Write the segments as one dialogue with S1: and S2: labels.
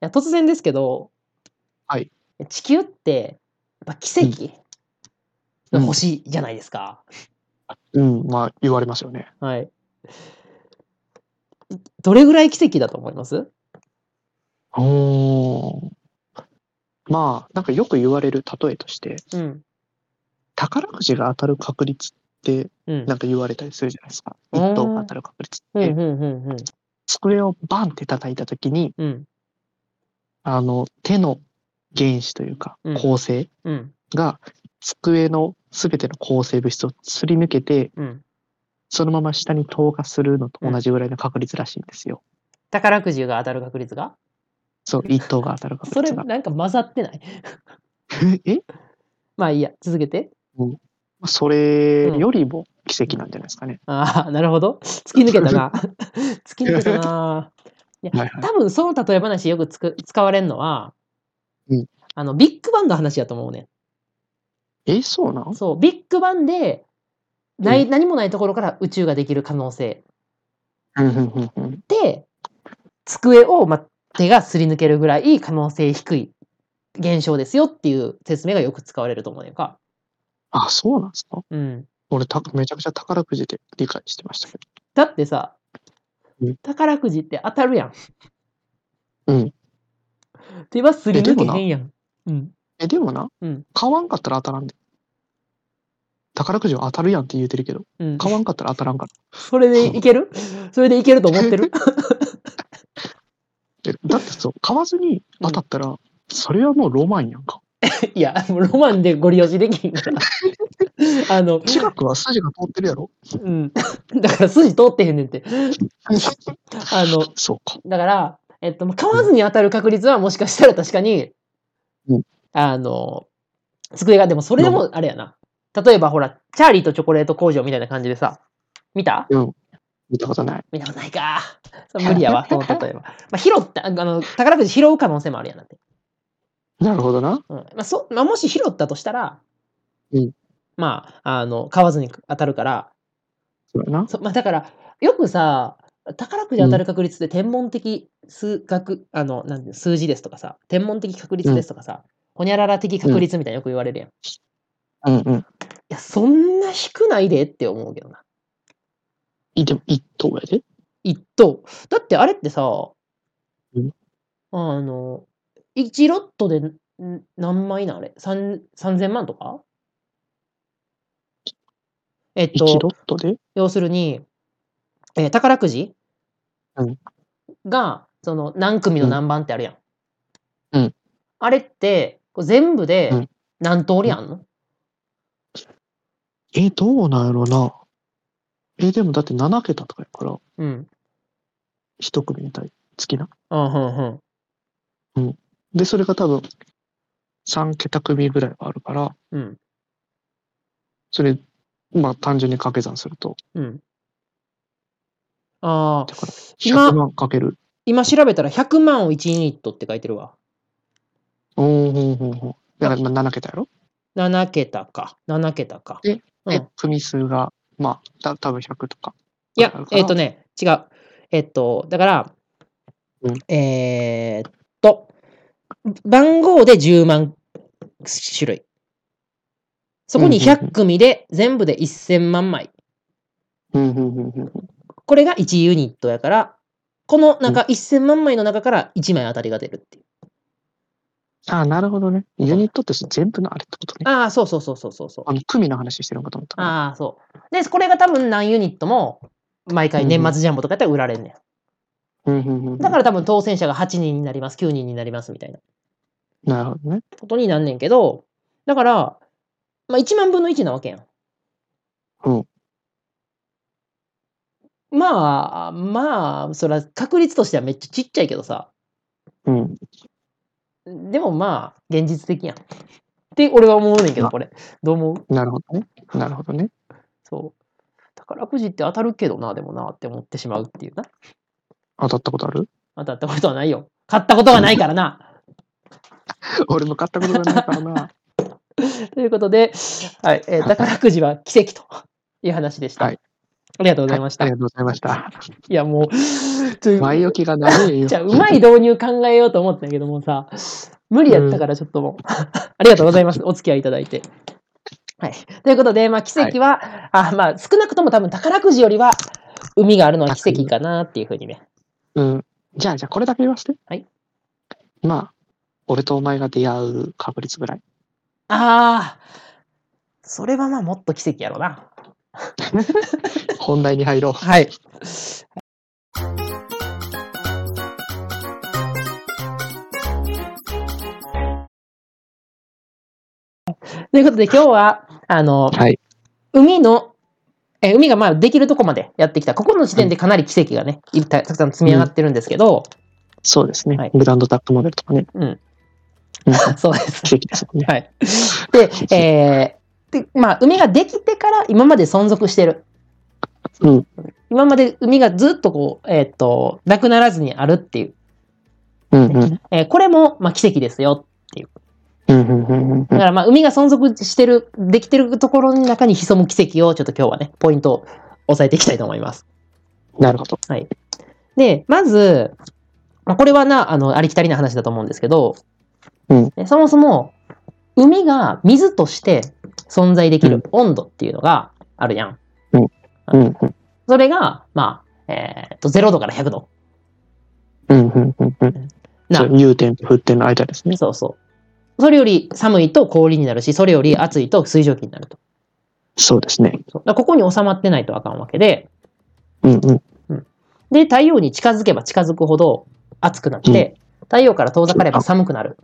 S1: や突然ですけど、
S2: はい
S1: 地球って、やっぱ奇跡
S2: うん
S1: の星じゃないですか。
S2: うん、まあ、言われますよね。
S1: はい。どれぐらい奇跡だと思います
S2: おーまあ、なんかよく言われる例えとして、
S1: うん。
S2: 宝くじが当たる確率って、
S1: うん。
S2: なんか言われたりするじゃないですか。
S1: うん
S2: 1等が当たる確率
S1: う
S2: っ
S1: ん、
S2: て。
S1: うん、うん、うん。
S2: 机をバンって叩いたときに、
S1: うん、
S2: あの、手の原子というか
S1: うん、
S2: 構成
S1: うん、
S2: が、机のすべての構成物質をすり抜けて、
S1: うん。
S2: そのまま下に投下するのと同じぐらいの確率らしいんですよ。
S1: 宝くじが当たる確率が
S2: そう、1等が当たる確
S1: それ
S2: 率が。
S1: なんか混ざってない
S2: え
S1: まあいいや、続けて。
S2: それよりも奇跡なんじゃないですかね。
S1: ああ、 なるほど。突き抜けた な。突き抜けたな。いや、
S2: はいはい
S1: 多分その例え話よくつく使われるのは、
S2: うん
S1: あの、ビッグバンの話だと思うね
S2: え、そうなん
S1: ん。そう、ビッグバンで、ない、何もないところから宇宙ができる可能性。
S2: うんうんうんうん
S1: で、机を、ま、手がすり抜けるぐらい可能性低い現象ですよっていう説明がよく使われると思うねんか。
S2: あ、そうなんですか
S1: うん。
S2: 俺た、めちゃくちゃ宝くじで理解してましたけ
S1: だってさ
S2: うん、
S1: 宝くじって当たるやん。
S2: うん。
S1: 手はすり
S2: えで
S1: 抜
S2: も
S1: け
S2: な
S1: へんやん。うん。
S2: ど。え、でもな、
S1: うん
S2: 買わんかったら当たらんで。宝くじは当たるやんって言うてるけど、
S1: うん。
S2: 買わんかったら当たらんか
S1: それでいけるそれでいけると思 ってる
S2: ら。えだってそう、買わずに当たったら、それはもうロマンやんか。
S1: いや、もうロマンでご利用しできん から。あの、
S2: 近くは筋が通ってるやろ
S1: うん。 だから筋通ってへんねん って。あの、
S2: そうか。
S1: だから、えっと、買わずに当たる確率はもしかしたら確かに、
S2: うん
S1: あの、机が、でもそれでもあれやな。例えばほら、チャーリーとチョコレート工場みたいな感じでさ、見た
S2: 見たことない。
S1: 見たことないか。それ無理や わ、その例えば。まあ、拾って、ああの、宝くじ拾う可能性もあるやなって。
S2: なるほどな。
S1: うんまあそまあ、もし拾ったとしたら、
S2: うん
S1: まあ、あの、買わずに当たるから、
S2: そうやな。
S1: そまあ、だから、よくさ、宝くじ当たる確率って天文的数学、あの、なんていうの数字ですとかさ、天文的確率ですとかさ、ほにゃらら的確率みたいなのよく言われるやん。い
S2: うんうん。
S1: や、そんな低ないでって思うけどな。
S2: いでも、一等やで。
S1: 一等。だってあれってさ、
S2: うん
S1: あの、1ロットでん何枚なあれ三 ?3000 万とかえっ
S2: 一
S1: と
S2: ロ、ットで。
S1: 要するに、えー宝くじ、
S2: うん
S1: が、その何組の何番ってあるやん。
S2: うん
S1: あれって、こう全部で
S2: うん
S1: 何通りあんの、
S2: え、どうなんやろな。え、でもだって7桁とかやから、
S1: うん、
S2: 一組みたい。月な。
S1: あうんうん
S2: で、それが多分、3桁組ぐらいはあるから、
S1: うん。
S2: それ、まあ単純に掛け算すると、
S1: うん。うん。ああ、
S2: だから、
S1: 今
S2: 100万かける。
S1: 今調べたら100万を1ユニットって書いてるわ。
S2: おーほんほんほん。だからまあ7桁やろ
S1: 7桁か。7桁か。
S2: え
S1: うん、
S2: で、組数が、まあ、た多分100とか。
S1: いや
S2: ある、から
S1: えっ、とね、違う。えっ、と、だから、
S2: うん
S1: えーっと、番号で10万種類。そこに
S2: うんうんう
S1: 100組で全部で1000万枚。
S2: うんうんうんうんうん。
S1: これが1ユニットやから、この中、1000万枚の中から1枚当たりが出るっていう。
S2: ああ、なるほどね。ユニットって全部のあれってことね。
S1: ああ、そうそうそうそうそうそう。
S2: あの、組の話してるのかと思った。
S1: ああ、そう。で、これが多分何ユニットも、毎回年末ジャンボとかやったら売られんねん。
S2: うんうんうんうん。
S1: だから多分当選者が8人になります、9人になりますみたいな。
S2: なるほどね。
S1: ことになんねんけど、だから、まあ、1万分の1なわけやん。
S2: うん。
S1: まあ、まあ、そら確率としてはめっちゃちっちゃいけどさ、
S2: うん。
S1: でもまあ、現実的やん。って俺は思うねんけど、
S2: まあ
S1: これ。どう思う
S2: なるほどね。なるほどね。
S1: そう。宝くじって当たるけどな、でもな、って思ってしまうっていうな。
S2: 当たったことある
S1: 当たったことはないよ。買ったことはないからな。
S2: 俺も買ったことがないからな。
S1: ということで、はい、えー宝くじは奇跡という話でした。
S2: はい
S1: あり がとうございました。
S2: あり
S1: い
S2: がとうございました。
S1: や、もう、ちょ
S2: 前置きが長いよ。
S1: じゃあ、うまい導入考えようと思ったけどもさ、無理やったからちょっともう、 ありがとうございます。お付き合いいただいて。はい。ということで、まあ、奇跡は、あまあ、少なくとも多分宝くじよりは、海があるのは奇跡かなっていうふうにね。
S2: うん。じゃあ、じゃあ、これだけ言わせて。
S1: はい。
S2: まあ、俺とお前が出会う確率ぐらい。
S1: ああ、それはまあ、もっと奇跡やろうな。
S2: 本題に入ろう。
S1: はい。ということで今日は、あの、
S2: はい。
S1: 海の、え海がまあできるとこまでやってきた。ここの時点でかなり奇跡がね、いっぱいたくさん積み上がってるんですけど、
S2: そうですね。
S1: はい
S2: ブランドタップモデルとかね。
S1: うん
S2: うん。
S1: そうです。
S2: 奇跡ですよね。
S1: はい。で、えーで、まあ、海ができてから今まで存続してる。
S2: うん。
S1: 今まで海がずっとこう、えっ、と、なくならずにあるっていう。
S2: うんうん。
S1: えーこれも、まあ、奇跡ですよ。
S2: うんうんうんうんう
S1: だか
S2: ん。
S1: ら、まあ、海が存続してる、できてるところの中に潜む奇跡を、ちょっと今日はね、ポイントを押さえていきたいと思います。
S2: なるほど。
S1: で、まず、まあ、これはな、あの、ありきたりな話だと思うんですけど、
S2: うん
S1: えそもそも、海が水として存在できる温度っていうのがあるやん。
S2: うんうん
S1: それが、まあ、えっ、と、0度から100度。
S2: うんうんうんうん。
S1: な
S2: そう融点と沸点の間ですね。
S1: そうそう。それより寒いと氷になるし、それより暑いと水蒸気になると。
S2: そうですね。
S1: そうだからここに収まってないとあかんわけで、
S2: うんうん。
S1: で、太陽に近づけば近づくほど暑くなって、太陽から遠ざかれば寒くなる。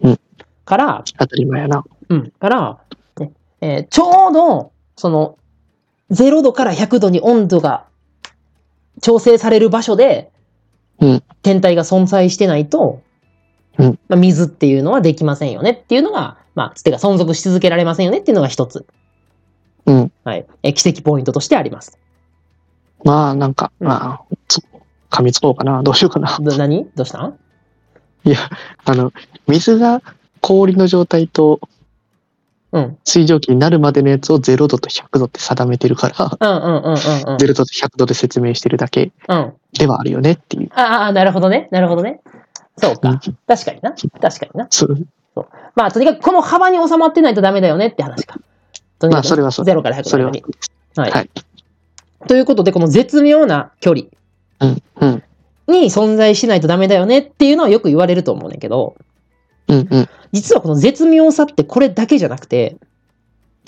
S2: うん
S1: から、
S2: 当たり前やな。
S1: うん。から、ねえーちょうど、その、0度から100度に温度が調整される場所で、
S2: うん
S1: 天体が存在してないと、
S2: うん
S1: まあ、水っていうのはできませんよねっていうのが、まあ、つてか存続し続けられませんよねっていうのが一つ。
S2: うん。
S1: はい。えー奇跡ポイントとしてあります。
S2: まあ、なんか、
S1: うん
S2: まあ、つ噛みつこうかな。どうしようかな。
S1: ど何どうしたん
S2: あの、水が氷の状態と
S1: うん。
S2: 水蒸気になるまでのやつを0度と100度って定めてるから、
S1: うんうんうんうんうん。
S2: 0度と100度で説明してるだけ
S1: うん。
S2: ではあるよねっていう。
S1: ああ、なるほどね。なるほどね。そう
S2: う
S1: か
S2: ん。
S1: 確かにな。確かにな。
S2: そう
S1: まあ、とにかくこの幅に収まってないとダメだよねって話か。とにか
S2: まあ、
S1: く
S2: それはそう。
S1: 0から100
S2: それ
S1: の
S2: は
S1: 間に。。はい
S2: はい。
S1: ということで、この絶妙な距離
S2: うん、うん、
S1: に存在しないとダメだよねっていうのはよく言われると思うねんけど、
S2: うん、うん。
S1: 実はこの絶妙さってこれだけじゃなくて、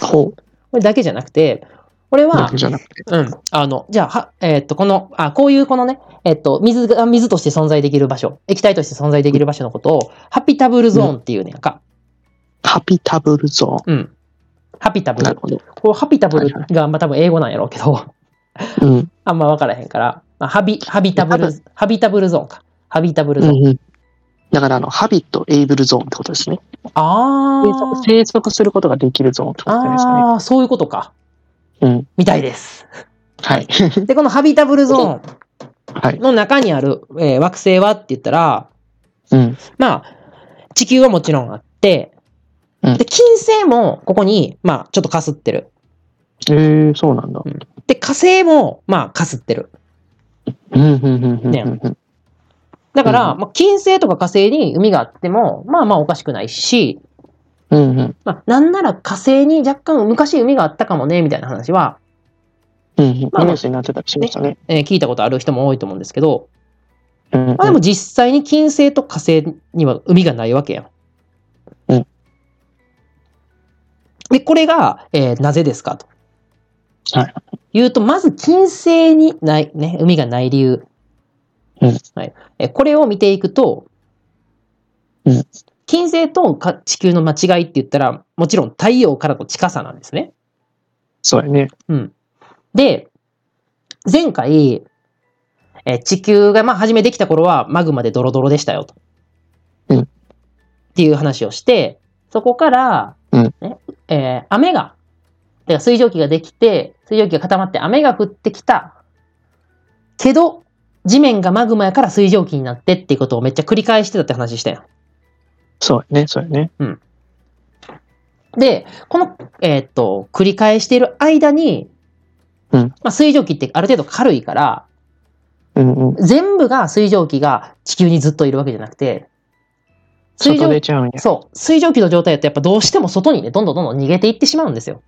S2: ほ
S1: これだけじゃなくて、これ
S2: う。だ
S1: は
S2: け、じゃなくて。
S1: うん、あの、じゃあ、はえーっと、この、あ、こういうこのね、えーっと、水が、水として存在できる場所、液体として存在できる場所のことを、ハピタブルゾーンっていうねんか。
S2: ハピタブルゾ
S1: うん。ハピタ
S2: ー
S1: ブ
S2: ン。な
S1: ル
S2: る。ほど。
S1: こうハピタブル
S2: は
S1: が、まあ多分英語なんやろうけど、
S2: うん、
S1: あんま分からへんから、まあ、ハビ、ハビタブ
S2: 多
S1: ル、ハビタブルゾーンか。ハビタブル
S2: う
S1: ゾーン。
S2: ん、うん。だから、あの、ハビット、エイブルゾーンってことですね。
S1: あ
S2: 生息
S1: ー。
S2: 生息することができるゾーンってことじゃないですかね。
S1: あー、そういうことか。
S2: うん。
S1: みたいです。
S2: はい。
S1: で、このハビタブルゾー
S2: はい
S1: ン。の中にある、えー惑星はって言ったら、
S2: うん。
S1: まあ、地球はもちろんあって、
S2: うん
S1: で、金星もここに、まあ、ちょっとかすってる。
S2: ええそうなんだ。
S1: で、火星も、まあ、かすってる。
S2: うん、うん、うん、うん。
S1: ね
S2: うん
S1: だから、
S2: うん
S1: まあ、金星とか火星に海があっても、まあまあおかしくないし、
S2: うん、うん。
S1: まあ、なんなら火星に若干昔海があったかもね、みたいな話は、
S2: うん、うん。ニュ
S1: まあ
S2: ースになってたりしましたね。
S1: えー聞いたことある人も多いと思うんですけど、
S2: うん、うん
S1: まあ、でも実際に金星と火星には海がないわけやん。
S2: うん。
S1: で、これが、えーなぜですかと。
S2: はい。
S1: 言うと、まず金星にない、ね、海がない理由。
S2: うん
S1: はい。えーこれを見ていくと、
S2: うん
S1: 金星とか地球の間違いって言ったら、もちろん太陽からの近さなんですね。
S2: そうやね。
S1: うん。で、前回、えー地球がまあ初めできた頃はマグマでドロドロでしたよと。
S2: うん
S1: っていう話をして、そこから、
S2: うん
S1: ねえー雨が、てか水蒸気ができて、水蒸気が固まって雨が降ってきた。けど、地面がマグマやから水蒸気になってっていうことをめっちゃ繰り返してたって話したよ。
S2: そうやね、そうやね。
S1: で、この、えーっと、繰り返している間に、
S2: うん
S1: まあ、水蒸気ってある程度軽いから、
S2: うんうん。
S1: 全部が水蒸気が地球にずっといるわけじゃなくて、水
S2: 外
S1: 蒸
S2: 出ちゃうんや。
S1: そう、水蒸気の状態だとやっぱどうしても外にね、どんどんどんどん逃げていってしまうんですよ。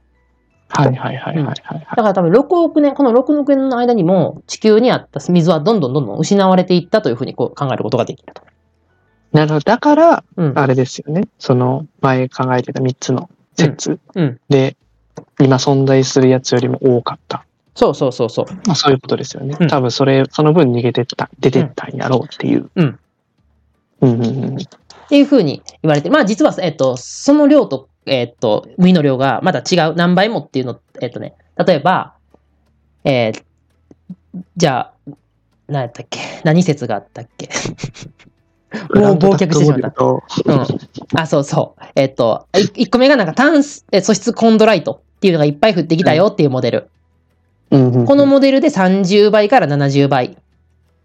S2: はいはいはいはいはいはい。
S1: だから多分6億年、この6億年の間にも地球にあった水はどんどんどんどん失われていったというふうにこう考えることができると。
S2: なるほど。だから、
S1: うん。
S2: あれですよね。その前考えてた3つの説
S1: うんうん
S2: で、今存在するやつよりも多かった。
S1: そうそうそうそう。
S2: まあそういうことですよね
S1: うん。
S2: 多分それ、その分逃げてった、出てったんやろうっていう。
S1: うん。
S2: うんうんうん。
S1: っていうふうに言われて、まあ実は、えっと、その量と、えっと、無の量がまだ違う、何倍もっていうの、えっとね、例えば、えーじゃあ、何やったっけ何説があったっけもう忘却してしまった。
S2: と、
S1: うん。あ、そうそう。えっと、1個目がなんか炭素え素質コンドライトっていうのがいっぱい降ってきたよっていうモデル。
S2: うんうんうん
S1: この、モデルで30倍から70倍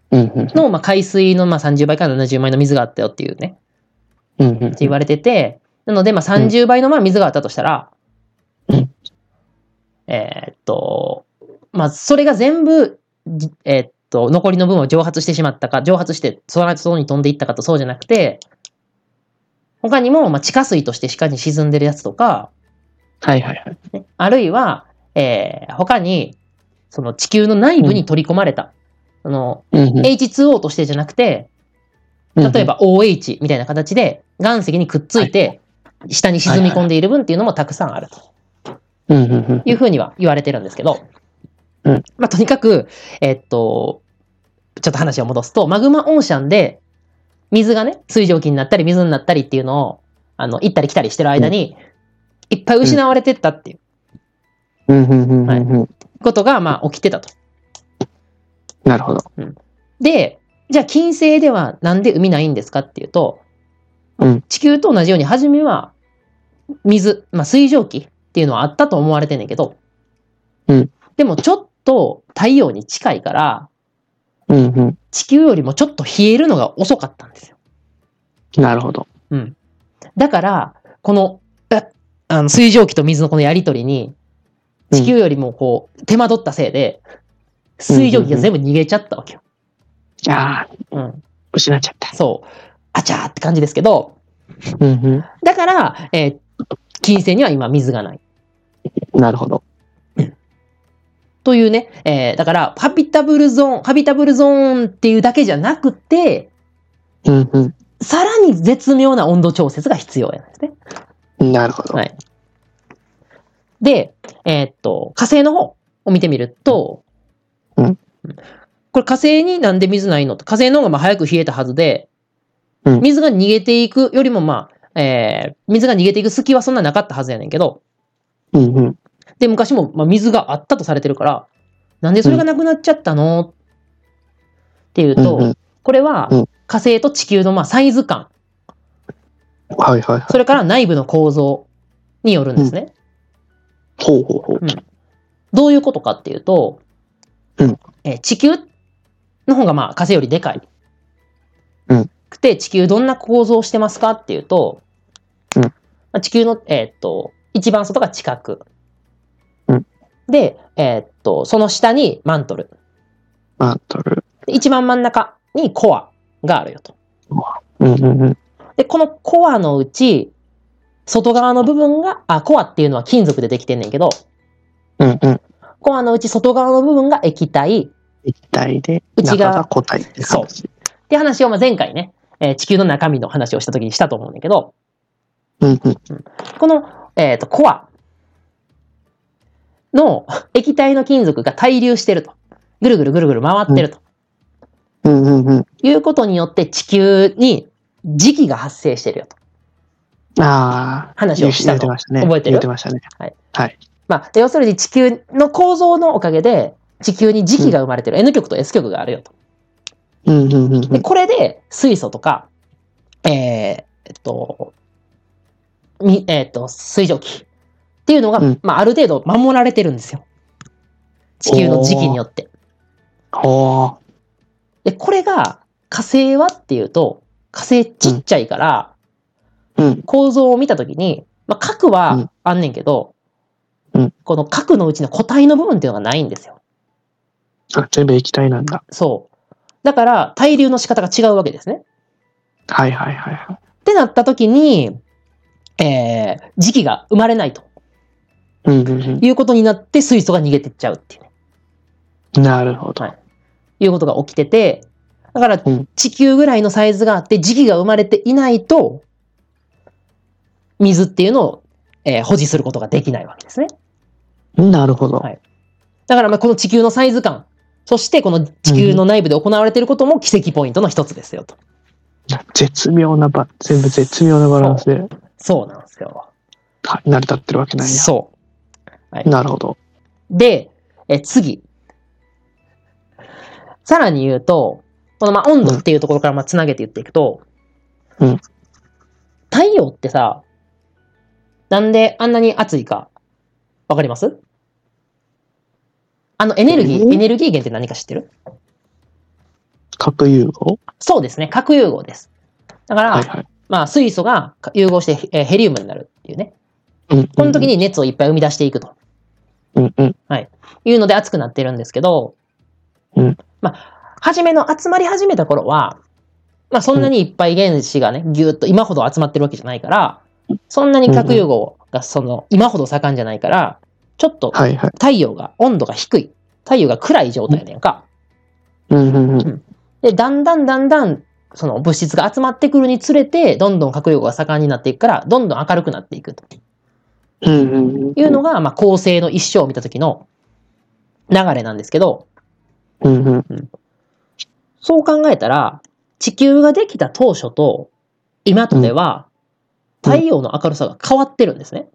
S2: うんうん
S1: の、まあ、海水のまあ30倍から70倍の水があったよっていうね、
S2: うんうんうん
S1: って言われてて、なので、まあ、30倍のまあ水があったとしたら、
S2: うん
S1: えーっと、まあ、それが全部、じえーっと、残りの分を蒸発してしまったか、蒸発して空外に飛んでいったかとそうじゃなくて、他にも、まあ、地下水として地下に沈んでるやつとか、
S2: はいはいはい。
S1: あるいは、えー他に、その地球の内部に取り込まれた、その、
S2: うんうん
S1: H2O としてじゃなくて、例え、ば OH みたいな形で岩石にくっついて、下に沈み込んでいる分っていうのもたくさんあると
S2: うんうんうん
S1: いうふうには言われてるんですけど、
S2: うん
S1: まあ、とにかく、えっと、ちょっと話を戻すと、マグマオーシャンで水がね、水蒸気になったり水になったりっていうのを、あの、行ったり来たりしてる間に、いっぱい失われてったっていう
S2: うんうんうんうんうん
S1: ことが、まあ、起きてたと。
S2: なるほど。
S1: で、じゃあ金星ではなんで海ないんですかっていうと、
S2: うん
S1: 地球と同じように初めは水、まあ、水蒸気っていうのはあったと思われてんねんけど、
S2: うん
S1: でもちょっと太陽に近いから
S2: うんうん。
S1: 地球よりもちょっと冷えるのが遅かったんですよ。
S2: なるほど。
S1: うん、だからこのえあの水蒸気と水のこのやりとりに
S2: うん
S1: 地球よりもこう手間取ったせいで水蒸気が全部逃げちゃったわけよ。
S2: じゃあ、
S1: うん
S2: 失っちゃった。
S1: そう、あちゃーって感じですけど、
S2: うん
S1: だから、えー金星には今水がない。
S2: うん。なるほど。
S1: というね、えーだから、ハビタブルゾーン、ハビタブルゾーンっていうだけじゃなくて、
S2: うんう
S1: さらに絶妙な温度調節が必要なんですね。
S2: ん。なるほど。
S1: はいで、えーっと、火星の方を見てみると、
S2: うん
S1: これ火星になんで水ないの火星の方がまあ早く冷えたはずで、
S2: うん
S1: 水が逃げていくよりもまあ、えー水が逃げていく隙はそんななかったはずやねんけど、
S2: うんうん。
S1: で、昔も、まあ、水があったとされてるから、なんでそれがなくなっちゃったの、っていうと、
S2: うんうん
S1: これは
S2: うん
S1: 火星と地球のまあサイズ感、
S2: はいはいはい。
S1: それから内部の構造によるんですね。
S2: ほうほうほう。
S1: どういうことかっていうと、
S2: うん
S1: えー地球の方がまあ火星よりでかい。
S2: うん
S1: くて、地球どんな構造をしてますかっていうと、
S2: うん
S1: まあ、地球の、えーっと、一番外が地殻。
S2: うん
S1: で、えーっと、その下にマントル。
S2: マントル。
S1: で一番真ん中にコアがあるよと。
S2: うんうんうん。
S1: で、このコアのうち、外側の部分が、あ、コアっていうのは金属でできてんねんけど、
S2: うんうん。
S1: コアのうち外側の部分が液体
S2: 一体で、
S1: 内
S2: 中
S1: 側
S2: が個体って感じ。
S1: って話を、まあ、前回ね、えー地球の中身の話をした時にしたと思うんだけど、
S2: うんうん。
S1: この、えっ、と、コアの 液体の金属が対流してると。ぐるぐるぐるぐる回ってると。
S2: うんうんうん。
S1: いうことによって地球に磁気が発生してるよと。
S2: ああ。
S1: 話をした
S2: 言
S1: と
S2: ってましたね。
S1: 覚えてる
S2: 言ってましたね。
S1: まあ、要するに地球の構造のおかげで、地球に磁気が生まれてる N 極と S 極があるよと。
S2: うんうんうんう
S1: で、
S2: ん。
S1: これで水素とか、えーえっと、みえっと、水蒸気っていうのが、
S2: うん
S1: まあ、ある程度守られてるんですよ。地球の磁気によって。
S2: ほ
S1: で、これが火星はっていうと、火星ちっちゃいから、
S2: う。うん
S1: 構造を見たときに、まあ、核
S2: う
S1: は
S2: ん
S1: あんねんけど、
S2: うん
S1: この核のうちの個体の部分っていうのがないんですよ。
S2: あ、全部液体なんだ。
S1: そう。だから、対流の仕方が違うわけですね。
S2: はいはいはいはい。
S1: ってなった時に、えー、磁気が生まれないと
S2: うんうん
S1: いうことになって、水素が逃げてっちゃうっていう、ね、
S2: うん。なるほど。
S1: はいいうことが起きてて、だから
S2: うん
S1: 地球ぐらいのサイズがあって、磁気が生まれていないと、水っていうのを、えー保持することができないわけですね。
S2: なるほど。
S1: はいだからまあこの地球のサイズ感、そしてこの地球の内部で行われていることも奇跡ポイントの一つですよと。
S2: 絶妙なば、全部絶妙なバランスで
S1: そうなんですよ。
S2: は成り立ってるわけなんや。
S1: そう。
S2: なるほど。
S1: で、え次。さらに言うと、このまあ温度っていうところからまあつなげて言っていくと、
S2: うん
S1: 太陽ってさ、なんであんなに暑いか、わかりますあのエネルギ
S2: うん
S1: ー、エネルギー源って何か知ってる
S2: 核融合
S1: そうですね、核融合です。だから、
S2: はいはい。
S1: まあ水素が融合してえーヘリウムになるっていうね。
S2: うんうん。
S1: この時に熱をいっぱい生み出していくと。
S2: うんうん。
S1: いうので熱くなってるんですけど、
S2: うん
S1: まあ、初めの集まり始めた頃は、まあ、そんなにいっぱい原子がね、ぎゅーっと今ほど集まってるわけじゃないから、そんなに核融合がその、今ほど盛んじゃないから、ちょっと
S2: はいはい。
S1: 太陽が、温度が低い。太陽が暗い状態やねんか。
S2: うんうんうん。
S1: で、だんだんだんだん、その物質が集まってくるにつれて、どんどん核融合が盛んになっていくから、どんどん明るくなっていくと
S2: うんうんうん。
S1: いうのが、まあ、恒星の一生を見た時の流れなんですけど、
S2: うんうん。
S1: そう考えたら、地球ができた当初と今とでは、
S2: うん
S1: 太陽の明るさが変わってるんですね。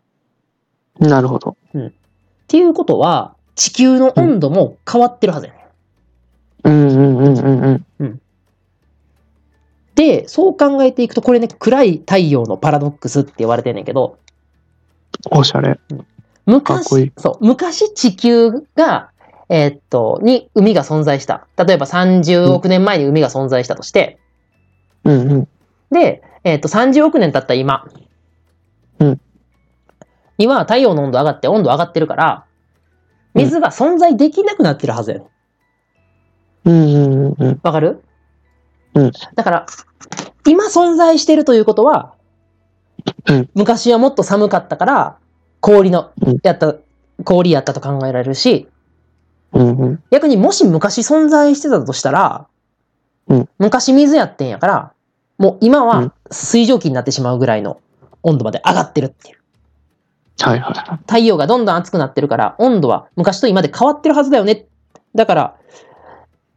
S2: なるほど。
S1: っていうことは、地球の温度も変わってるはずやね。
S2: うんうんうんうんうん。
S1: で、そう考えていくと、これね、暗い太陽のパラドックスって言われてんねんけど、
S2: おしゃれ。かっこ
S1: 昔、
S2: いい
S1: そう、昔地球が、えーっと、に海が存在した。例えば30億年前に海が存在したとして、
S2: うんうん。
S1: で、えーっと、30億年経った今、
S2: うん
S1: には太陽の温度上がって温度上がってるから、
S2: うん
S1: 水が存在できなくなってるはずやねん
S2: うんうんうんうん。
S1: わかる
S2: うん
S1: だから、今存在してるということは、
S2: うん
S1: 昔はもっと寒かったから、氷の
S2: うん、
S1: やった、氷やったと考えられるし、
S2: うんうん。
S1: 逆にもし昔存在してたとしたら、
S2: うん
S1: 昔水やってんやから、もう今
S2: う
S1: は
S2: ん
S1: 水蒸気になってしまうぐらいの温度まで上がってるっていう。
S2: はいはいは
S1: 太陽がどんどん暑くなってるから、温度は昔と今で変わってるはずだよね。だから、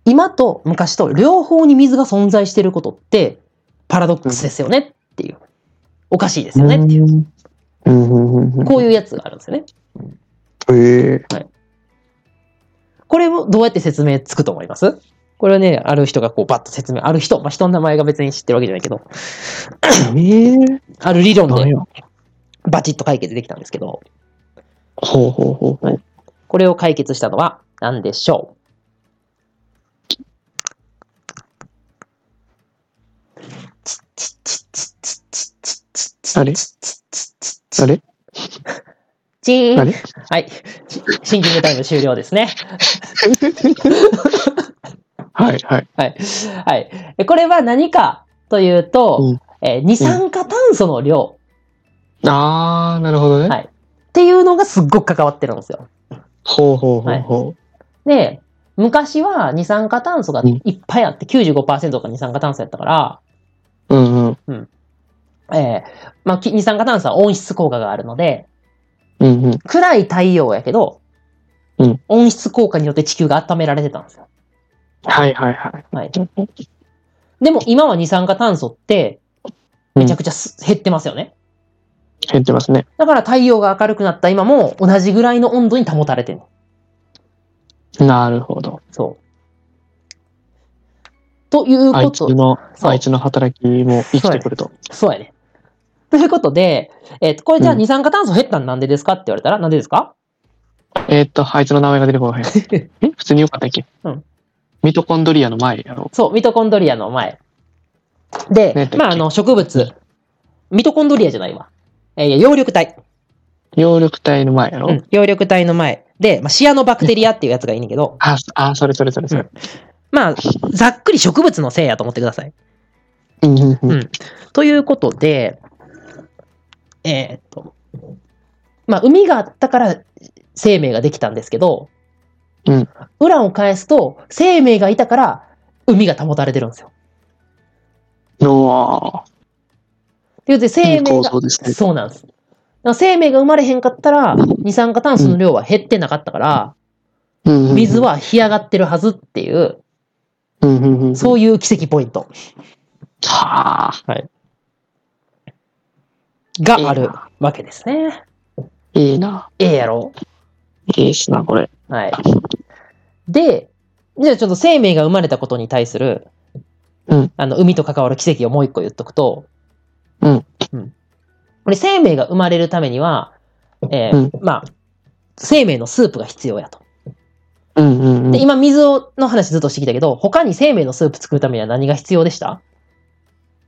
S1: 今と昔と両方に水が存在してることって、パラドックスですよねっていう。おかしいです
S2: い。
S1: よねっていう。
S2: うんうんうんうん。
S1: こういうやつがあるんですよね。
S2: ええ。
S1: これをどうやって説明つくと思いますこれはね、ある人がこうバッと説明、ある人、まあ、人の名前が別に知ってるわけじゃないけど、
S2: ええ。
S1: ある理論
S2: 何
S1: で
S2: や。
S1: バチッと解決できたんですけど、
S2: ほうほうほうほう。
S1: これを解決したのは何でしょう
S2: あれあれ
S1: チーン
S2: あれ
S1: はい。シシンキングタイム終了ですね。
S2: はいはい。
S1: はい。はい。えこれは何かというと、えー二酸化炭素の量
S2: あー、なるほどね。
S1: はいっていうのがすっごく関わってるんですよ。
S2: ほうほうほうほ
S1: で、昔は二酸化炭素がいっぱいあって95%が二酸化炭素やったから、
S2: う。うんうん。
S1: えーまあ、き二酸化炭素は温室効果があるので、
S2: うんうん。
S1: 暗い太陽やけど、
S2: うん
S1: 温室効果によって地球が温められてたんですよ。
S2: はいはいはい。
S1: はい、でも今は二酸化炭素って、めちゃくちゃす、減ってますよね。
S2: 減ってますね。
S1: だから太陽が明るくなった今も同じぐらいの温度に保たれてる。
S2: なるほど。
S1: そう。という
S2: あ
S1: こ
S2: いつ
S1: と、
S2: の、
S1: そう
S2: あいつの働きも生きてくると。
S1: そうやね。ということで、えっ、と、これじゃあ
S2: うん
S1: 二酸化炭素減ったのなんでですかって言われたら、なんでですか
S2: えーっと、あいつの名前が出て こない。え普通によかったっけ
S1: うん
S2: ミトコンドリアの前やろ。
S1: そう、ミトコンドリアの前。で、
S2: ね
S1: まあ、あの、植物。ミトコンドリアじゃないわ。えー葉緑体。
S2: 葉緑体の前やろ、
S1: うん、葉緑体の前。で、まあ、シアノバクテリアっていうやつがいいねんけど、
S2: あ、あ、それそれそれそれ。
S1: まあ、ざっくり植物のせいやと思ってください。
S2: うんうんうん
S1: うんということで、えーっと、まあ、海があったから生命ができたんですけど、
S2: うん
S1: ウランを返すと、生命がいたから海が保たれてるんですよ。
S2: うわ
S1: ということで、
S2: ーい
S1: 生
S2: い
S1: 命
S2: 構
S1: が、
S2: 造ですね。
S1: そうなんです。だから生命が生まれへんかったら、二酸化炭素の量は減ってなかったから、
S2: うんうんうん
S1: 水、は干上がってるはずっていう、
S2: うんうんうん、
S1: そういう奇跡ポイント
S2: はあ、
S1: があるわけですね。
S2: いいな。
S1: ええやろ。
S2: いいっすな、これ。
S1: はい。で、じゃあちょっと生命が生まれたことに対する、
S2: うん
S1: あの、海と関わる奇跡をもう一個言っとくと、
S2: うん。
S1: うん。これ生命が生まれるためには、えー
S2: うん
S1: まあ、生命のスープが必要やと。
S2: うんうんうん。
S1: で、今水をの話ずっとしてきたけど、他に生命のスープ作るためには何が必要でした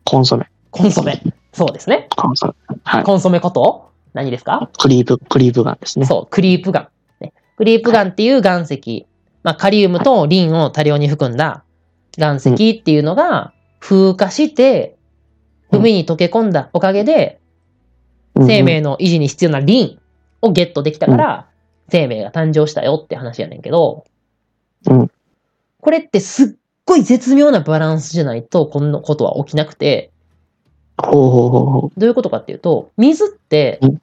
S2: コンソメ。
S1: コンソメ。そうですね。
S2: コンソメ。はい。
S1: コンソメこと何ですか
S2: クリープ、クリープガンですね。
S1: そう、クリープガン。ねクリープガンっていう岩石。まあ、カリウムとリンを多量に含んだ岩石っていうのが風化して、
S2: うん
S1: 海に溶け込んだおかげで、
S2: うんうん
S1: 生命の維持に必要なリンをゲットできたから、生命が誕生したよって話やねんけど、
S2: うん
S1: これってすっごい絶妙なバランスじゃないと、こんなことは起きなくて、
S2: ほうほうほうほ
S1: どういうことかっていうと、水って
S2: うん、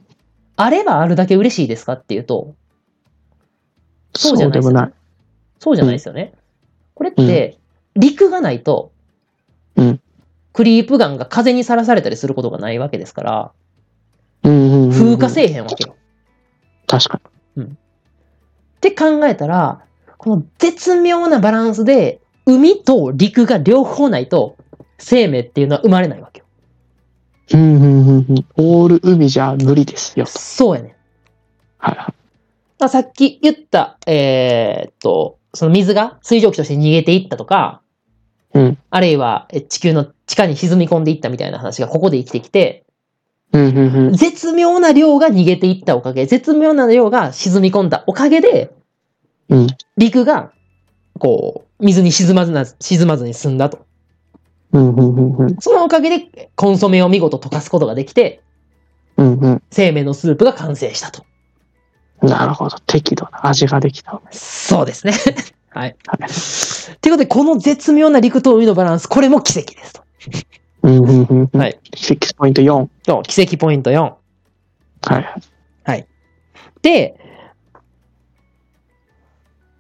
S1: あればあるだけ嬉しいですかっていうと、
S2: う。
S1: そうじゃない
S2: で
S1: です
S2: も
S1: よ
S2: ない。
S1: そうじゃないですよね。これって、陸がないと、
S2: うん
S1: クリープガンが風にさらされたりすることがないわけですから、
S2: うんうんうんうん。
S1: 風化せえへんわけよ。
S2: 確か
S1: って考えたら、この絶妙なバランスで、海と陸が両方ないと、生命っていうのは生まれないわけよ。
S2: に。うんうんうんうん。オール海じゃ無理ですよ。
S1: そうやねん。
S2: はいは
S1: まあさっき言った、えーっと、その水が水蒸気として逃げていったとか、
S2: うん
S1: あるいはえ地球の地下に沈み込んでいったみたいな話がここで生きてきて、
S2: い。うんうんうん。
S1: 絶妙な量が逃げていったおかげ、絶妙な量が沈み込んだおかげで、
S2: うん
S1: 陸が、こう、水に沈まずな、沈まずに済んだと。
S2: うんうんうんうん。
S1: そのおかげで、コンソメを見事溶かすことができて、
S2: うんうん。
S1: 生命のスープが完成したと。
S2: なるほど。適度な味ができた。は
S1: そうですね。 はい。
S2: い
S1: ということで、この絶妙な陸と海のバランス、これも奇跡ですと。
S2: うんうんうんうん。
S1: はい。
S2: フィックスポイント4。はい
S1: そう奇跡ポイント4。
S2: はい。
S1: で、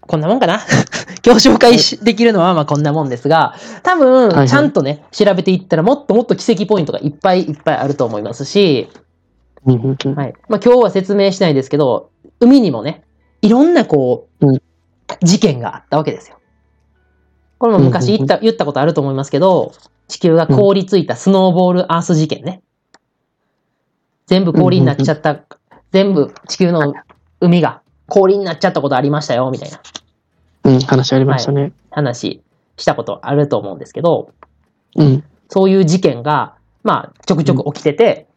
S1: こんなもんかな 今日紹介しできるのはまあこんなもんですが、多
S2: いは
S1: 分、
S2: い
S1: ちゃんとね、調べていったらもっともっと奇跡ポイントがいっぱいいっぱいあると思いますし、
S2: うんうんうん。
S1: はい。まあ今日は説明しないですけど、海にもね、いろんなこう、
S2: うん
S1: 事件があったわけですよ。これも昔言った、言ったことあると思いますけど、地球が凍りついたスノーボールアース事件ね。全部氷になっちゃった、全部地球の海が氷になっちゃったことありましたよ、みたいな
S2: うん、話ありましたね。
S1: 話したことあると思うんですけど、
S2: うん。
S1: そういう事件が、まあ、ちょくちょく起きてて、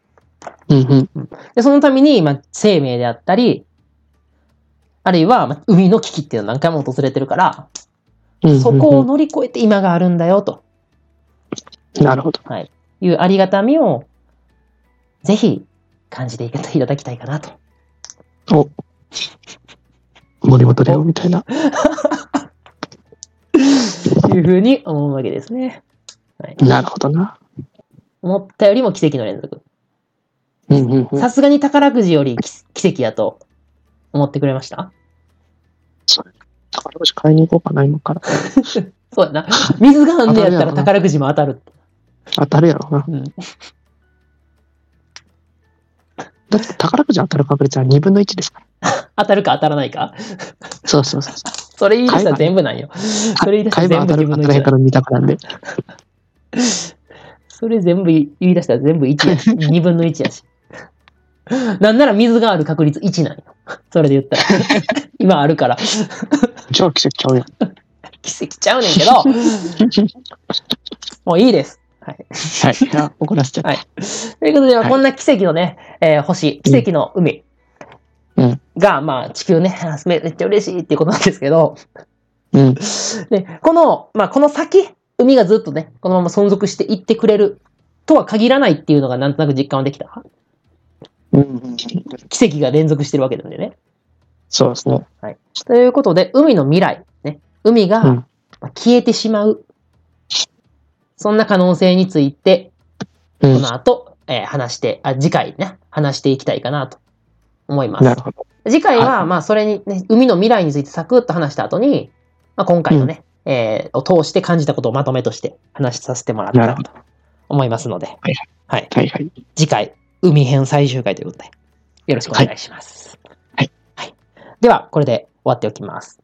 S2: うんうん。
S1: で、そのために、まあ、生命であったり、あるいは、まあ、海の危機っていうのは何回も訪れてるから、
S2: うんうんうん
S1: そこを乗り越えて今があるんだよ、と
S2: なるほど。
S1: いうありがたみを、ぜひ、感じていただきたいかなと。
S2: お森本レオみたいな。
S1: いうふうに思うわけですね。はい、
S2: なるほどな。
S1: 思ったよりも奇跡の連続。
S2: うんうんうん。
S1: さすがに宝くじより奇奇跡だと思ってくれました
S2: 宝くじ買いに行こうかな、今から。
S1: そうやな。水があんねやったら宝くじも当たる。
S2: 当たるやろうな。
S1: うん、
S2: だって宝くじ当たる確率は2分の1ですから。
S1: 当たるか当たらないか。
S2: そうそうそう。
S1: それ言い出したら全部なんよ。それ言い出した
S2: 買
S1: ら
S2: えば
S1: 全
S2: 当
S1: 部
S2: た
S1: 自
S2: る
S1: 分
S2: か
S1: の
S2: 当
S1: 一
S2: たら
S1: だ
S2: へんから見たからんで。
S1: それ全部言い出したら全部1やし、2分の1やし。 なんなら水がある確率1なんよ。それで言ったら。 今あるから。
S2: 超奇跡ちゃうやん。
S1: 奇跡ちゃうねんけど、 もういいです。はい。
S2: はい。いや、怒らせちゃった。
S1: はいということで、
S2: はい
S1: こんな奇跡のね、えー星、奇跡の海、
S2: うん
S1: が、まあ、地球ね、あめめっちゃ嬉しいっていうことなんですけど、
S2: うん。
S1: で、この、まあ、この先、海がずっとね、このまま存続していってくれるとは限らないっていうのがなんとなく実感はできた。
S2: うん。
S1: 奇跡が連続してるわけなんでね。
S2: そうですね。
S1: ということで、海の未来、ね、海が、
S2: うん
S1: まあ消えてしまう。そんな可能性について、
S2: う
S1: こ
S2: ん。
S1: の後、えー話して、あ、次回ね、話していきたいかなと思いま
S2: な
S1: す
S2: る。ほど。
S1: 次回
S2: は
S1: は、まあ、それに、ね、海の未来についてサクッと話した後に、まあ、今回のね、えーを通して感じたことをまとめとして話させてもらった
S2: なる
S1: ら
S2: ほ
S1: と思いますので、
S2: はいはい。
S1: 次回、海編最終回ということで、よろしくお願いします。
S2: はい
S1: はいでは、これで終わっておきます。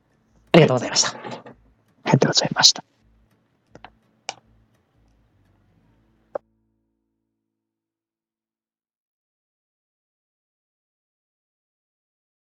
S1: ありがとうございました。
S2: ありがとうございました。